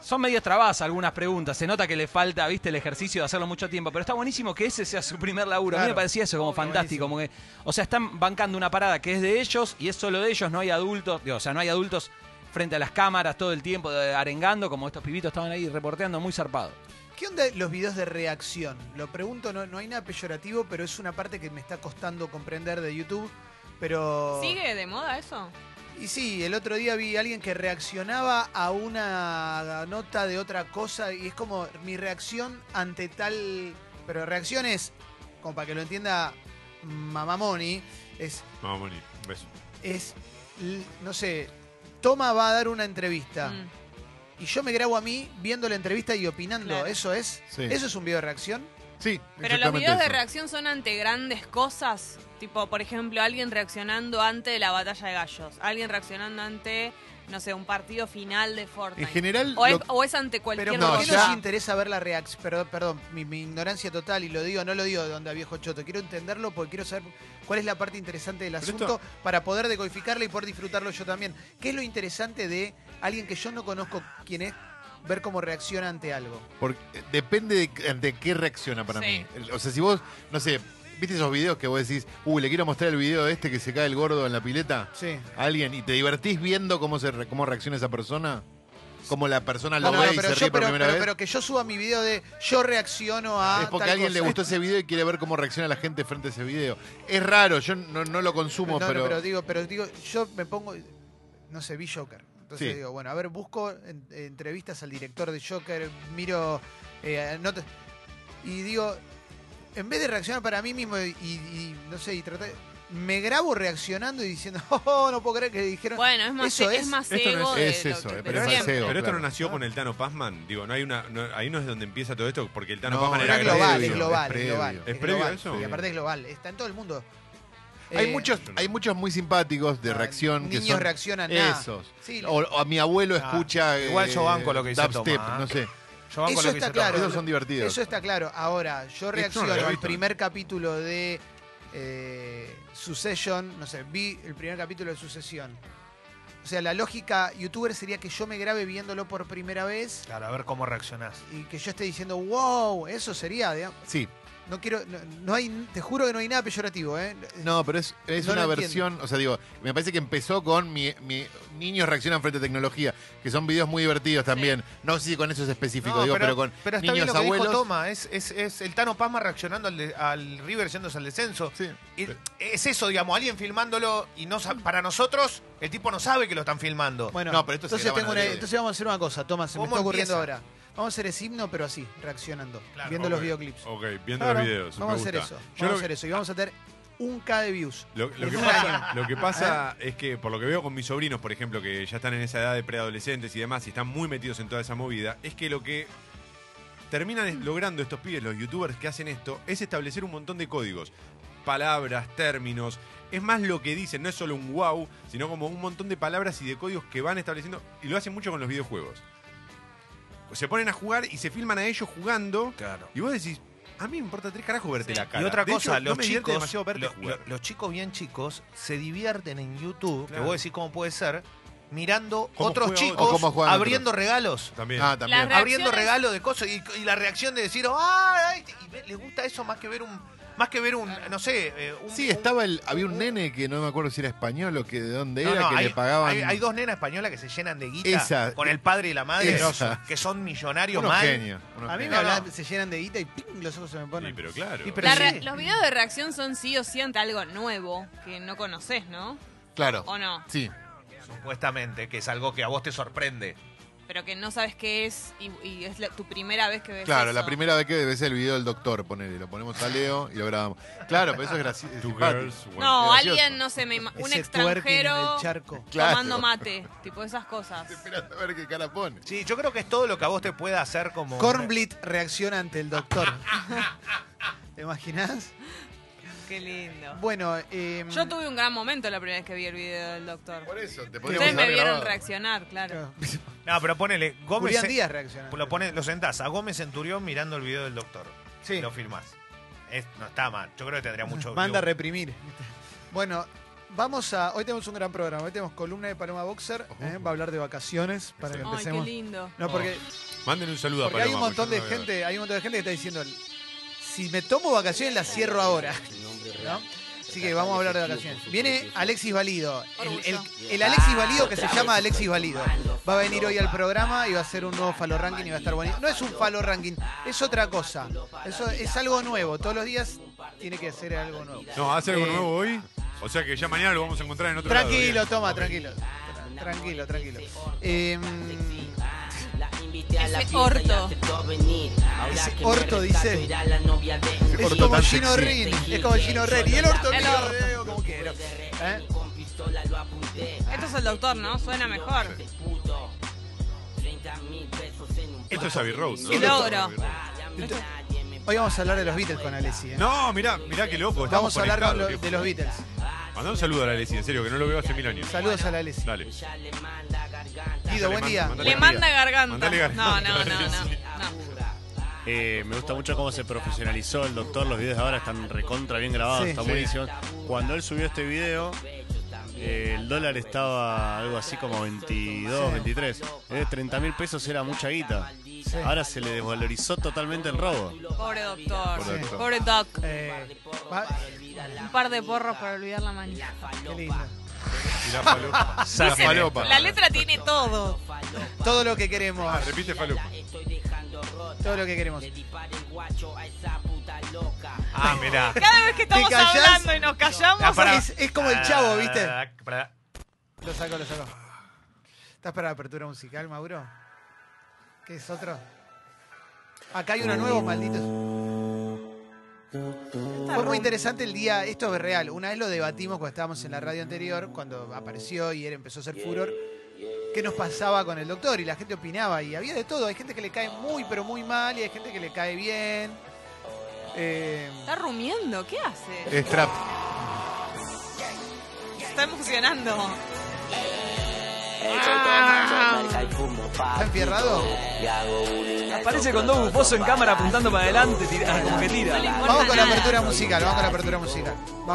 [SPEAKER 7] Son medias trabas algunas preguntas, se nota que le falta, viste, el ejercicio de hacerlo mucho tiempo, pero está buenísimo que ese sea su primer laburo. A mí
[SPEAKER 1] Claro.
[SPEAKER 7] me parecía eso como
[SPEAKER 1] Está
[SPEAKER 7] fantástico,
[SPEAKER 1] buenísimo.
[SPEAKER 7] como que, o sea, están bancando una parada que es de ellos y es solo de ellos, no hay adultos, digo, o sea, no hay adultos frente a las cámaras todo el tiempo eh, arengando, como estos pibitos estaban ahí reporteando muy zarpado.
[SPEAKER 1] ¿Qué onda los videos de reacción? Lo pregunto, no, no hay nada peyorativo, pero es una parte que me está costando comprender de YouTube. Pero.
[SPEAKER 3] ¿Sigue de moda eso?
[SPEAKER 1] Y sí, el otro día vi a alguien que reaccionaba a una nota de otra cosa y es como mi reacción ante tal. Pero reacción es, como para que lo entienda Mamamoni, es
[SPEAKER 2] Vamos, Moni, un beso.
[SPEAKER 1] es, l- no sé, Toma va a dar una entrevista
[SPEAKER 3] Mm.
[SPEAKER 1] y yo me grabo a mí viendo la entrevista y opinando.
[SPEAKER 3] Claro.
[SPEAKER 1] Eso es,
[SPEAKER 4] Sí.
[SPEAKER 1] eso es un video de reacción.
[SPEAKER 4] Sí,
[SPEAKER 3] eh, Pero los
[SPEAKER 4] exactamente
[SPEAKER 3] videos de
[SPEAKER 4] eso.
[SPEAKER 3] reacción son ante grandes cosas. Tipo, por ejemplo, alguien reaccionando ante la batalla de gallos. Alguien reaccionando ante, no sé, un partido final de
[SPEAKER 4] En
[SPEAKER 3] Fortnite.
[SPEAKER 4] general,
[SPEAKER 3] o, es,
[SPEAKER 4] lo-
[SPEAKER 3] o es ante cualquier
[SPEAKER 1] Pero
[SPEAKER 4] no,
[SPEAKER 1] ¿por qué
[SPEAKER 3] cosa.
[SPEAKER 1] nos
[SPEAKER 4] ya-
[SPEAKER 1] interesa ver la reacción? Perdón, perdón mi, mi ignorancia total y lo digo, no lo digo de onda viejo choto. Quiero entenderlo porque quiero saber cuál es la parte interesante del
[SPEAKER 2] esto-
[SPEAKER 1] asunto para poder decodificarla y poder disfrutarlo yo también. ¿Qué es lo interesante de alguien que yo no conozco quién es? Ver cómo reacciona ante algo.
[SPEAKER 4] porque depende de ante qué reacciona para
[SPEAKER 3] Sí.
[SPEAKER 4] mí. El- O sea, si vos, no sé, viste esos videos que vos decís, uy, le quiero mostrar el video de este que se cae el gordo en la pileta
[SPEAKER 1] Sí.
[SPEAKER 4] a alguien y te divertís viendo cómo se re- cómo reacciona esa persona, cómo la persona
[SPEAKER 1] No,
[SPEAKER 4] lo
[SPEAKER 1] no,
[SPEAKER 4] ve
[SPEAKER 1] no,
[SPEAKER 4] y
[SPEAKER 1] pero,
[SPEAKER 4] se
[SPEAKER 1] yo,
[SPEAKER 4] ríe por
[SPEAKER 1] pero-
[SPEAKER 4] primera
[SPEAKER 1] pero-
[SPEAKER 4] vez.
[SPEAKER 1] pero que yo suba mi video de yo reacciono a.
[SPEAKER 4] es porque
[SPEAKER 1] tal
[SPEAKER 4] a alguien le
[SPEAKER 1] cosa.
[SPEAKER 4] gustó ese video y quiere ver cómo reacciona la gente frente a ese video. Es raro, yo no, no lo
[SPEAKER 1] No,
[SPEAKER 4] consumo,
[SPEAKER 1] no,
[SPEAKER 4] pero,
[SPEAKER 1] digo, pero digo, yo me pongo, no sé, vi Joker. Entonces
[SPEAKER 4] Sí.
[SPEAKER 1] digo, bueno, a ver, busco en- entrevistas al director de Joker, miro, eh, no te- y digo, en vez de reaccionar para mí mismo y, y, no sé, y tratar, me grabo reaccionando y diciendo, oh, no puedo creer que dijeron.
[SPEAKER 3] Bueno, es más, e,
[SPEAKER 1] Eso
[SPEAKER 3] es,
[SPEAKER 1] es-
[SPEAKER 3] más
[SPEAKER 2] esto no
[SPEAKER 4] es
[SPEAKER 3] ego de
[SPEAKER 4] eso,
[SPEAKER 3] lo que
[SPEAKER 4] eh, pero es
[SPEAKER 3] siempre.
[SPEAKER 4] más ego.
[SPEAKER 2] Pero esto no
[SPEAKER 4] claro.
[SPEAKER 2] nació con el Tano Pazman. Digo, no hay una, no- ahí no es donde empieza todo esto, porque el Tano
[SPEAKER 4] No,
[SPEAKER 2] Pazman
[SPEAKER 1] Pero
[SPEAKER 4] no
[SPEAKER 2] era
[SPEAKER 1] es global,
[SPEAKER 2] grande.
[SPEAKER 1] es global, es
[SPEAKER 4] previo.
[SPEAKER 1] global.
[SPEAKER 4] ¿Es
[SPEAKER 2] previo
[SPEAKER 1] global.
[SPEAKER 2] eso?
[SPEAKER 1] Y aparte es global, está en todo el mundo.
[SPEAKER 4] hay
[SPEAKER 1] Eh,
[SPEAKER 4] muchos, hay muchos muy simpáticos de
[SPEAKER 1] ah,
[SPEAKER 4] reacción que
[SPEAKER 1] niños
[SPEAKER 4] son
[SPEAKER 1] reaccionan a-
[SPEAKER 4] esos.
[SPEAKER 1] Sí,
[SPEAKER 4] O, o a mi abuelo
[SPEAKER 5] Ah,
[SPEAKER 4] escucha. eh,
[SPEAKER 5] igual yo banco lo que dice
[SPEAKER 4] dubstep,
[SPEAKER 5] Tomás, ¿eh?
[SPEAKER 4] no sé.
[SPEAKER 5] Yo banco
[SPEAKER 1] Eso
[SPEAKER 5] lo que
[SPEAKER 1] está
[SPEAKER 5] dice
[SPEAKER 1] claro.
[SPEAKER 5] Tomás.
[SPEAKER 4] Esos son divertidos.
[SPEAKER 1] Eso está claro. Ahora, yo reacciono
[SPEAKER 2] lo había
[SPEAKER 1] al
[SPEAKER 2] visto, ¿no?
[SPEAKER 1] primer capítulo de eh, Succession. No sé, vi el primer capítulo de Sucesión. O sea, la lógica youtuber sería que yo me grabe viéndolo por primera vez
[SPEAKER 5] Claro, a ver cómo reaccionás.
[SPEAKER 1] y que yo esté diciendo, wow, eso sería. digamos.
[SPEAKER 4] Sí.
[SPEAKER 1] No quiero, no, no hay, te juro que no hay nada peyorativo, ¿eh?
[SPEAKER 4] No, pero es, es
[SPEAKER 1] No lo
[SPEAKER 4] una
[SPEAKER 1] entiendo.
[SPEAKER 4] versión, o sea, digo, me parece que empezó con mi, mi- niños reaccionan frente a tecnología, que son videos muy divertidos también. No sé si con eso es específico,
[SPEAKER 5] No,
[SPEAKER 4] digo, pero, con
[SPEAKER 5] pero está
[SPEAKER 4] niños
[SPEAKER 5] bien lo que
[SPEAKER 4] abuelos.
[SPEAKER 5] dijo Toma, es, es, es el Tano Pazman reaccionando al, de- al River yéndose al descenso.
[SPEAKER 4] Sí.
[SPEAKER 5] Y es eso, digamos, alguien filmándolo y no sa- para nosotros el tipo no sabe que lo están filmando.
[SPEAKER 1] Bueno,
[SPEAKER 4] No, pero esto se
[SPEAKER 1] entonces,
[SPEAKER 4] graban
[SPEAKER 1] tengo
[SPEAKER 4] al
[SPEAKER 1] una-
[SPEAKER 4] aire.
[SPEAKER 1] entonces vamos a hacer una cosa, Tomás, se me
[SPEAKER 5] ¿Cómo
[SPEAKER 1] está ocurriendo
[SPEAKER 5] empieza?
[SPEAKER 1] ahora. Vamos a hacer ese himno, pero así, reaccionando,
[SPEAKER 5] Claro,
[SPEAKER 1] viendo los
[SPEAKER 2] Ok,
[SPEAKER 1] videoclips.
[SPEAKER 2] Ok, viendo
[SPEAKER 1] Claro,
[SPEAKER 2] los videos.
[SPEAKER 1] Vamos
[SPEAKER 2] me
[SPEAKER 1] a hacer
[SPEAKER 2] gusta.
[SPEAKER 1] eso.
[SPEAKER 2] Yo
[SPEAKER 1] Vamos a
[SPEAKER 2] lo que-
[SPEAKER 1] hacer eso. Y vamos a tener un K de views.
[SPEAKER 2] Lo, lo
[SPEAKER 1] En
[SPEAKER 2] que
[SPEAKER 1] un
[SPEAKER 2] pasa,
[SPEAKER 1] año.
[SPEAKER 2] lo que pasa es que, por lo que veo con mis sobrinos, por ejemplo, que ya están en esa edad de preadolescentes y demás, y están muy metidos en toda esa movida, es que lo que terminan es- logrando estos pibes, los youtubers que hacen esto, es establecer un montón de códigos. palabras, términos. Es más lo que dicen, no es solo un wow, sino como un montón de palabras y de códigos que van estableciendo. Y lo hacen mucho con los videojuegos. Se ponen a jugar y se filman a ellos jugando.
[SPEAKER 5] Claro.
[SPEAKER 2] Y vos decís, a mí me importa tres carajos verte
[SPEAKER 3] Sí.
[SPEAKER 2] la cara.
[SPEAKER 5] Y otra
[SPEAKER 2] De hecho,
[SPEAKER 5] cosa,
[SPEAKER 2] no
[SPEAKER 5] los
[SPEAKER 2] me divierte
[SPEAKER 5] chicos,
[SPEAKER 2] demasiado verte
[SPEAKER 5] lo-
[SPEAKER 2] jugar.
[SPEAKER 5] lo- los chicos bien chicos se divierten en YouTube,
[SPEAKER 2] Claro.
[SPEAKER 5] que vos decís cómo puede ser, mirando
[SPEAKER 2] Cómo
[SPEAKER 5] otros
[SPEAKER 2] juega otro.
[SPEAKER 5] chicos
[SPEAKER 4] O cómo juegan
[SPEAKER 5] abriendo regalos.
[SPEAKER 2] También.
[SPEAKER 4] Ah,
[SPEAKER 3] Las
[SPEAKER 4] también.
[SPEAKER 3] reacciones-
[SPEAKER 5] Abriendo regalos de cosas y, y la reacción de decir, ¡ay! Y ve- les gusta eso más que ver un. Más que ver un. No sé. eh, un-
[SPEAKER 4] Sí,
[SPEAKER 5] un-
[SPEAKER 4] estaba el, había un nene que no me acuerdo si era español o que de dónde
[SPEAKER 5] No,
[SPEAKER 4] era,
[SPEAKER 5] no,
[SPEAKER 4] que
[SPEAKER 5] hay,
[SPEAKER 4] le pagaban.
[SPEAKER 5] hay- hay dos nenas españolas que se llenan de guita
[SPEAKER 4] Esa.
[SPEAKER 5] con el padre y la madre,
[SPEAKER 4] Esa.
[SPEAKER 5] que son millonarios
[SPEAKER 4] unos
[SPEAKER 5] mal.
[SPEAKER 4] genios. unos
[SPEAKER 1] A mí
[SPEAKER 4] genios.
[SPEAKER 1] me
[SPEAKER 5] No, no.
[SPEAKER 1] hablan, se llenan de guita y ¡ping! los ojos se me
[SPEAKER 2] Sí,
[SPEAKER 1] ponen.
[SPEAKER 2] pero claro.
[SPEAKER 5] Y pero
[SPEAKER 3] La
[SPEAKER 5] sí.
[SPEAKER 3] re- Los videos de reacción son sí o sí ante algo nuevo que no conoces, ¿no?
[SPEAKER 4] Claro.
[SPEAKER 3] ¿O no?
[SPEAKER 4] Sí.
[SPEAKER 5] Supuestamente, que es algo que a vos te sorprende.
[SPEAKER 3] Pero que no sabes qué es y, y es la- tu primera vez que ves
[SPEAKER 4] Claro, la
[SPEAKER 3] eso.
[SPEAKER 4] primera vez que ves el video del doctor, ponele, lo ponemos a Leo y lo grabamos. Claro, pero eso es gracioso.
[SPEAKER 2] Two girls, one
[SPEAKER 3] No,
[SPEAKER 4] Gracioso.
[SPEAKER 3] alguien, no sé, me ima- un
[SPEAKER 1] Ese twerking en
[SPEAKER 3] extranjero
[SPEAKER 1] el charco.
[SPEAKER 4] Claro.
[SPEAKER 3] tomando mate, tipo esas cosas.
[SPEAKER 4] Esperando a ver qué cara pone.
[SPEAKER 5] Sí, yo creo que es todo lo que a vos te pueda hacer como.
[SPEAKER 1] Cornblit reacciona ante el doctor. ¿Te imaginas?
[SPEAKER 3] Qué lindo.
[SPEAKER 1] Bueno, em,
[SPEAKER 3] Yo tuve un gran momento la primera vez que vi el video del doctor.
[SPEAKER 4] Por eso, te podríamos
[SPEAKER 3] Ustedes me
[SPEAKER 4] haber
[SPEAKER 3] vieron
[SPEAKER 4] grabado.
[SPEAKER 3] reaccionar, claro.
[SPEAKER 5] No, pero ponele. Gómez.
[SPEAKER 1] Julián Díaz reacciona.
[SPEAKER 5] Lo, pones, lo sentás a Gómez Centurión mirando el video del doctor.
[SPEAKER 1] Sí.
[SPEAKER 5] Lo filmás. Es- no está mal. Yo creo que tendría mucho.
[SPEAKER 1] Manda a
[SPEAKER 5] view.
[SPEAKER 1] reprimir. Bueno, vamos a. Hoy tenemos un gran programa. Hoy tenemos columna de Paloma Boxer. ¿eh? Va a hablar de vacaciones para que
[SPEAKER 3] Ay, qué
[SPEAKER 1] empecemos.
[SPEAKER 3] lindo.
[SPEAKER 1] No, porque,
[SPEAKER 2] Manden un saludo
[SPEAKER 1] porque
[SPEAKER 2] a
[SPEAKER 1] hay
[SPEAKER 2] Paloma.
[SPEAKER 1] un montón
[SPEAKER 2] porque
[SPEAKER 1] de
[SPEAKER 2] yo no la veo.
[SPEAKER 1] gente, hay un montón de gente que está diciendo si me tomo vacaciones las cierro ahora. ¿no? Así que vamos a hablar de vacaciones. Viene Alexis Valido. El, el- el Alexis Valido que se llama Alexis Valido. Va a venir hoy al programa y va a hacer un nuevo falo ranking y va a estar bonito. No es un falo ranking, es otra cosa. Eso es algo nuevo. Todos los días tiene que hacer algo nuevo.
[SPEAKER 2] No, hace algo
[SPEAKER 1] Eh,
[SPEAKER 2] nuevo hoy. O sea que ya mañana lo vamos a encontrar en otro lado,
[SPEAKER 1] Tranquilo,
[SPEAKER 2] bien.
[SPEAKER 1] toma,
[SPEAKER 2] Ok.
[SPEAKER 1] tranquilo. Tranquilo, tranquilo. Em,
[SPEAKER 3] Ese orto.
[SPEAKER 1] Ese orto dice. Es
[SPEAKER 4] cortó
[SPEAKER 1] como
[SPEAKER 4] tan
[SPEAKER 1] Gino
[SPEAKER 4] sexy.
[SPEAKER 1] Rin. Es como Gino Rin. Y el orto
[SPEAKER 3] El
[SPEAKER 1] mío,
[SPEAKER 3] orto.
[SPEAKER 1] Diego, como quiero. ¿Eh?
[SPEAKER 3] Esto es el doctor, ¿no? Suena mejor.
[SPEAKER 2] Esto es Abbey Road, ¿no?
[SPEAKER 3] Qué logro.
[SPEAKER 1] Hoy vamos a hablar de los Beatles con Alessi. ¿eh?
[SPEAKER 2] No, mirá, mirá qué loco. Estamos
[SPEAKER 1] vamos a hablar con lo-
[SPEAKER 2] conectados,
[SPEAKER 1] de los Beatles.
[SPEAKER 2] viejo. Mandá un saludo a la Alessi, en serio, que no lo veo hace mil años.
[SPEAKER 1] Saludos a la Alessi.
[SPEAKER 2] Dale.
[SPEAKER 1] Guido, buen
[SPEAKER 2] manda-
[SPEAKER 1] día.
[SPEAKER 2] mandale.
[SPEAKER 3] Le manda garganta.
[SPEAKER 2] Mandale
[SPEAKER 3] No,
[SPEAKER 2] garganta.
[SPEAKER 3] no, no, no. no.
[SPEAKER 6] Eh, me gusta mucho cómo se profesionalizó el doctor. Los videos de ahora están recontra bien grabados,
[SPEAKER 1] Sí.
[SPEAKER 6] están
[SPEAKER 1] Sí.
[SPEAKER 6] buenísimos. Cuando él subió este video, eh, el dólar estaba algo así como 22,
[SPEAKER 1] Sí.
[SPEAKER 6] 23. Eh, 30 mil pesos era mucha guita. Ahora se le desvalorizó totalmente el robo.
[SPEAKER 3] Pobre doctor.
[SPEAKER 1] Pobre doctor.
[SPEAKER 3] Pobre doc.
[SPEAKER 1] Eh, va-
[SPEAKER 3] Un par de porros para olvidar la manija.
[SPEAKER 1] qué lindo.
[SPEAKER 2] Y la falopa.
[SPEAKER 5] Zafale.
[SPEAKER 4] La falopa.
[SPEAKER 3] La letra tiene todo.
[SPEAKER 1] Todo lo que queremos.
[SPEAKER 2] Ah, repite falopa.
[SPEAKER 1] Todo lo que queremos.
[SPEAKER 5] Ah, mirá.
[SPEAKER 3] Cada vez que estamos
[SPEAKER 1] callás?
[SPEAKER 3] hablando y nos
[SPEAKER 5] Ah,
[SPEAKER 3] callamos,
[SPEAKER 5] pará.
[SPEAKER 1] Es, es como el chavo, ¿viste?
[SPEAKER 5] Ah, pará.
[SPEAKER 1] Lo saco, lo saco. ¿Estás para la apertura musical, Mauro? ¿Qué es otro? Acá hay uno nuevo, malditos. Fue muy interesante el día, esto es real. Una vez lo debatimos cuando estábamos en la radio anterior, cuando apareció y él empezó a hacer furor. ¿Qué nos pasaba con el doctor? Y la gente opinaba, y había de todo. Hay gente que le cae muy, pero muy mal, y hay gente que le cae bien. Eh,
[SPEAKER 3] está rumiendo. ¿Qué hace?
[SPEAKER 4] Es trap.
[SPEAKER 3] Se está emocionando.
[SPEAKER 1] ¿Está enfierrado?
[SPEAKER 7] Aparece con dos bufosos en cámara apuntando para adelante, tira- como que tira.
[SPEAKER 1] Vamos con la apertura musical, vamos con la apertura musical. Vamos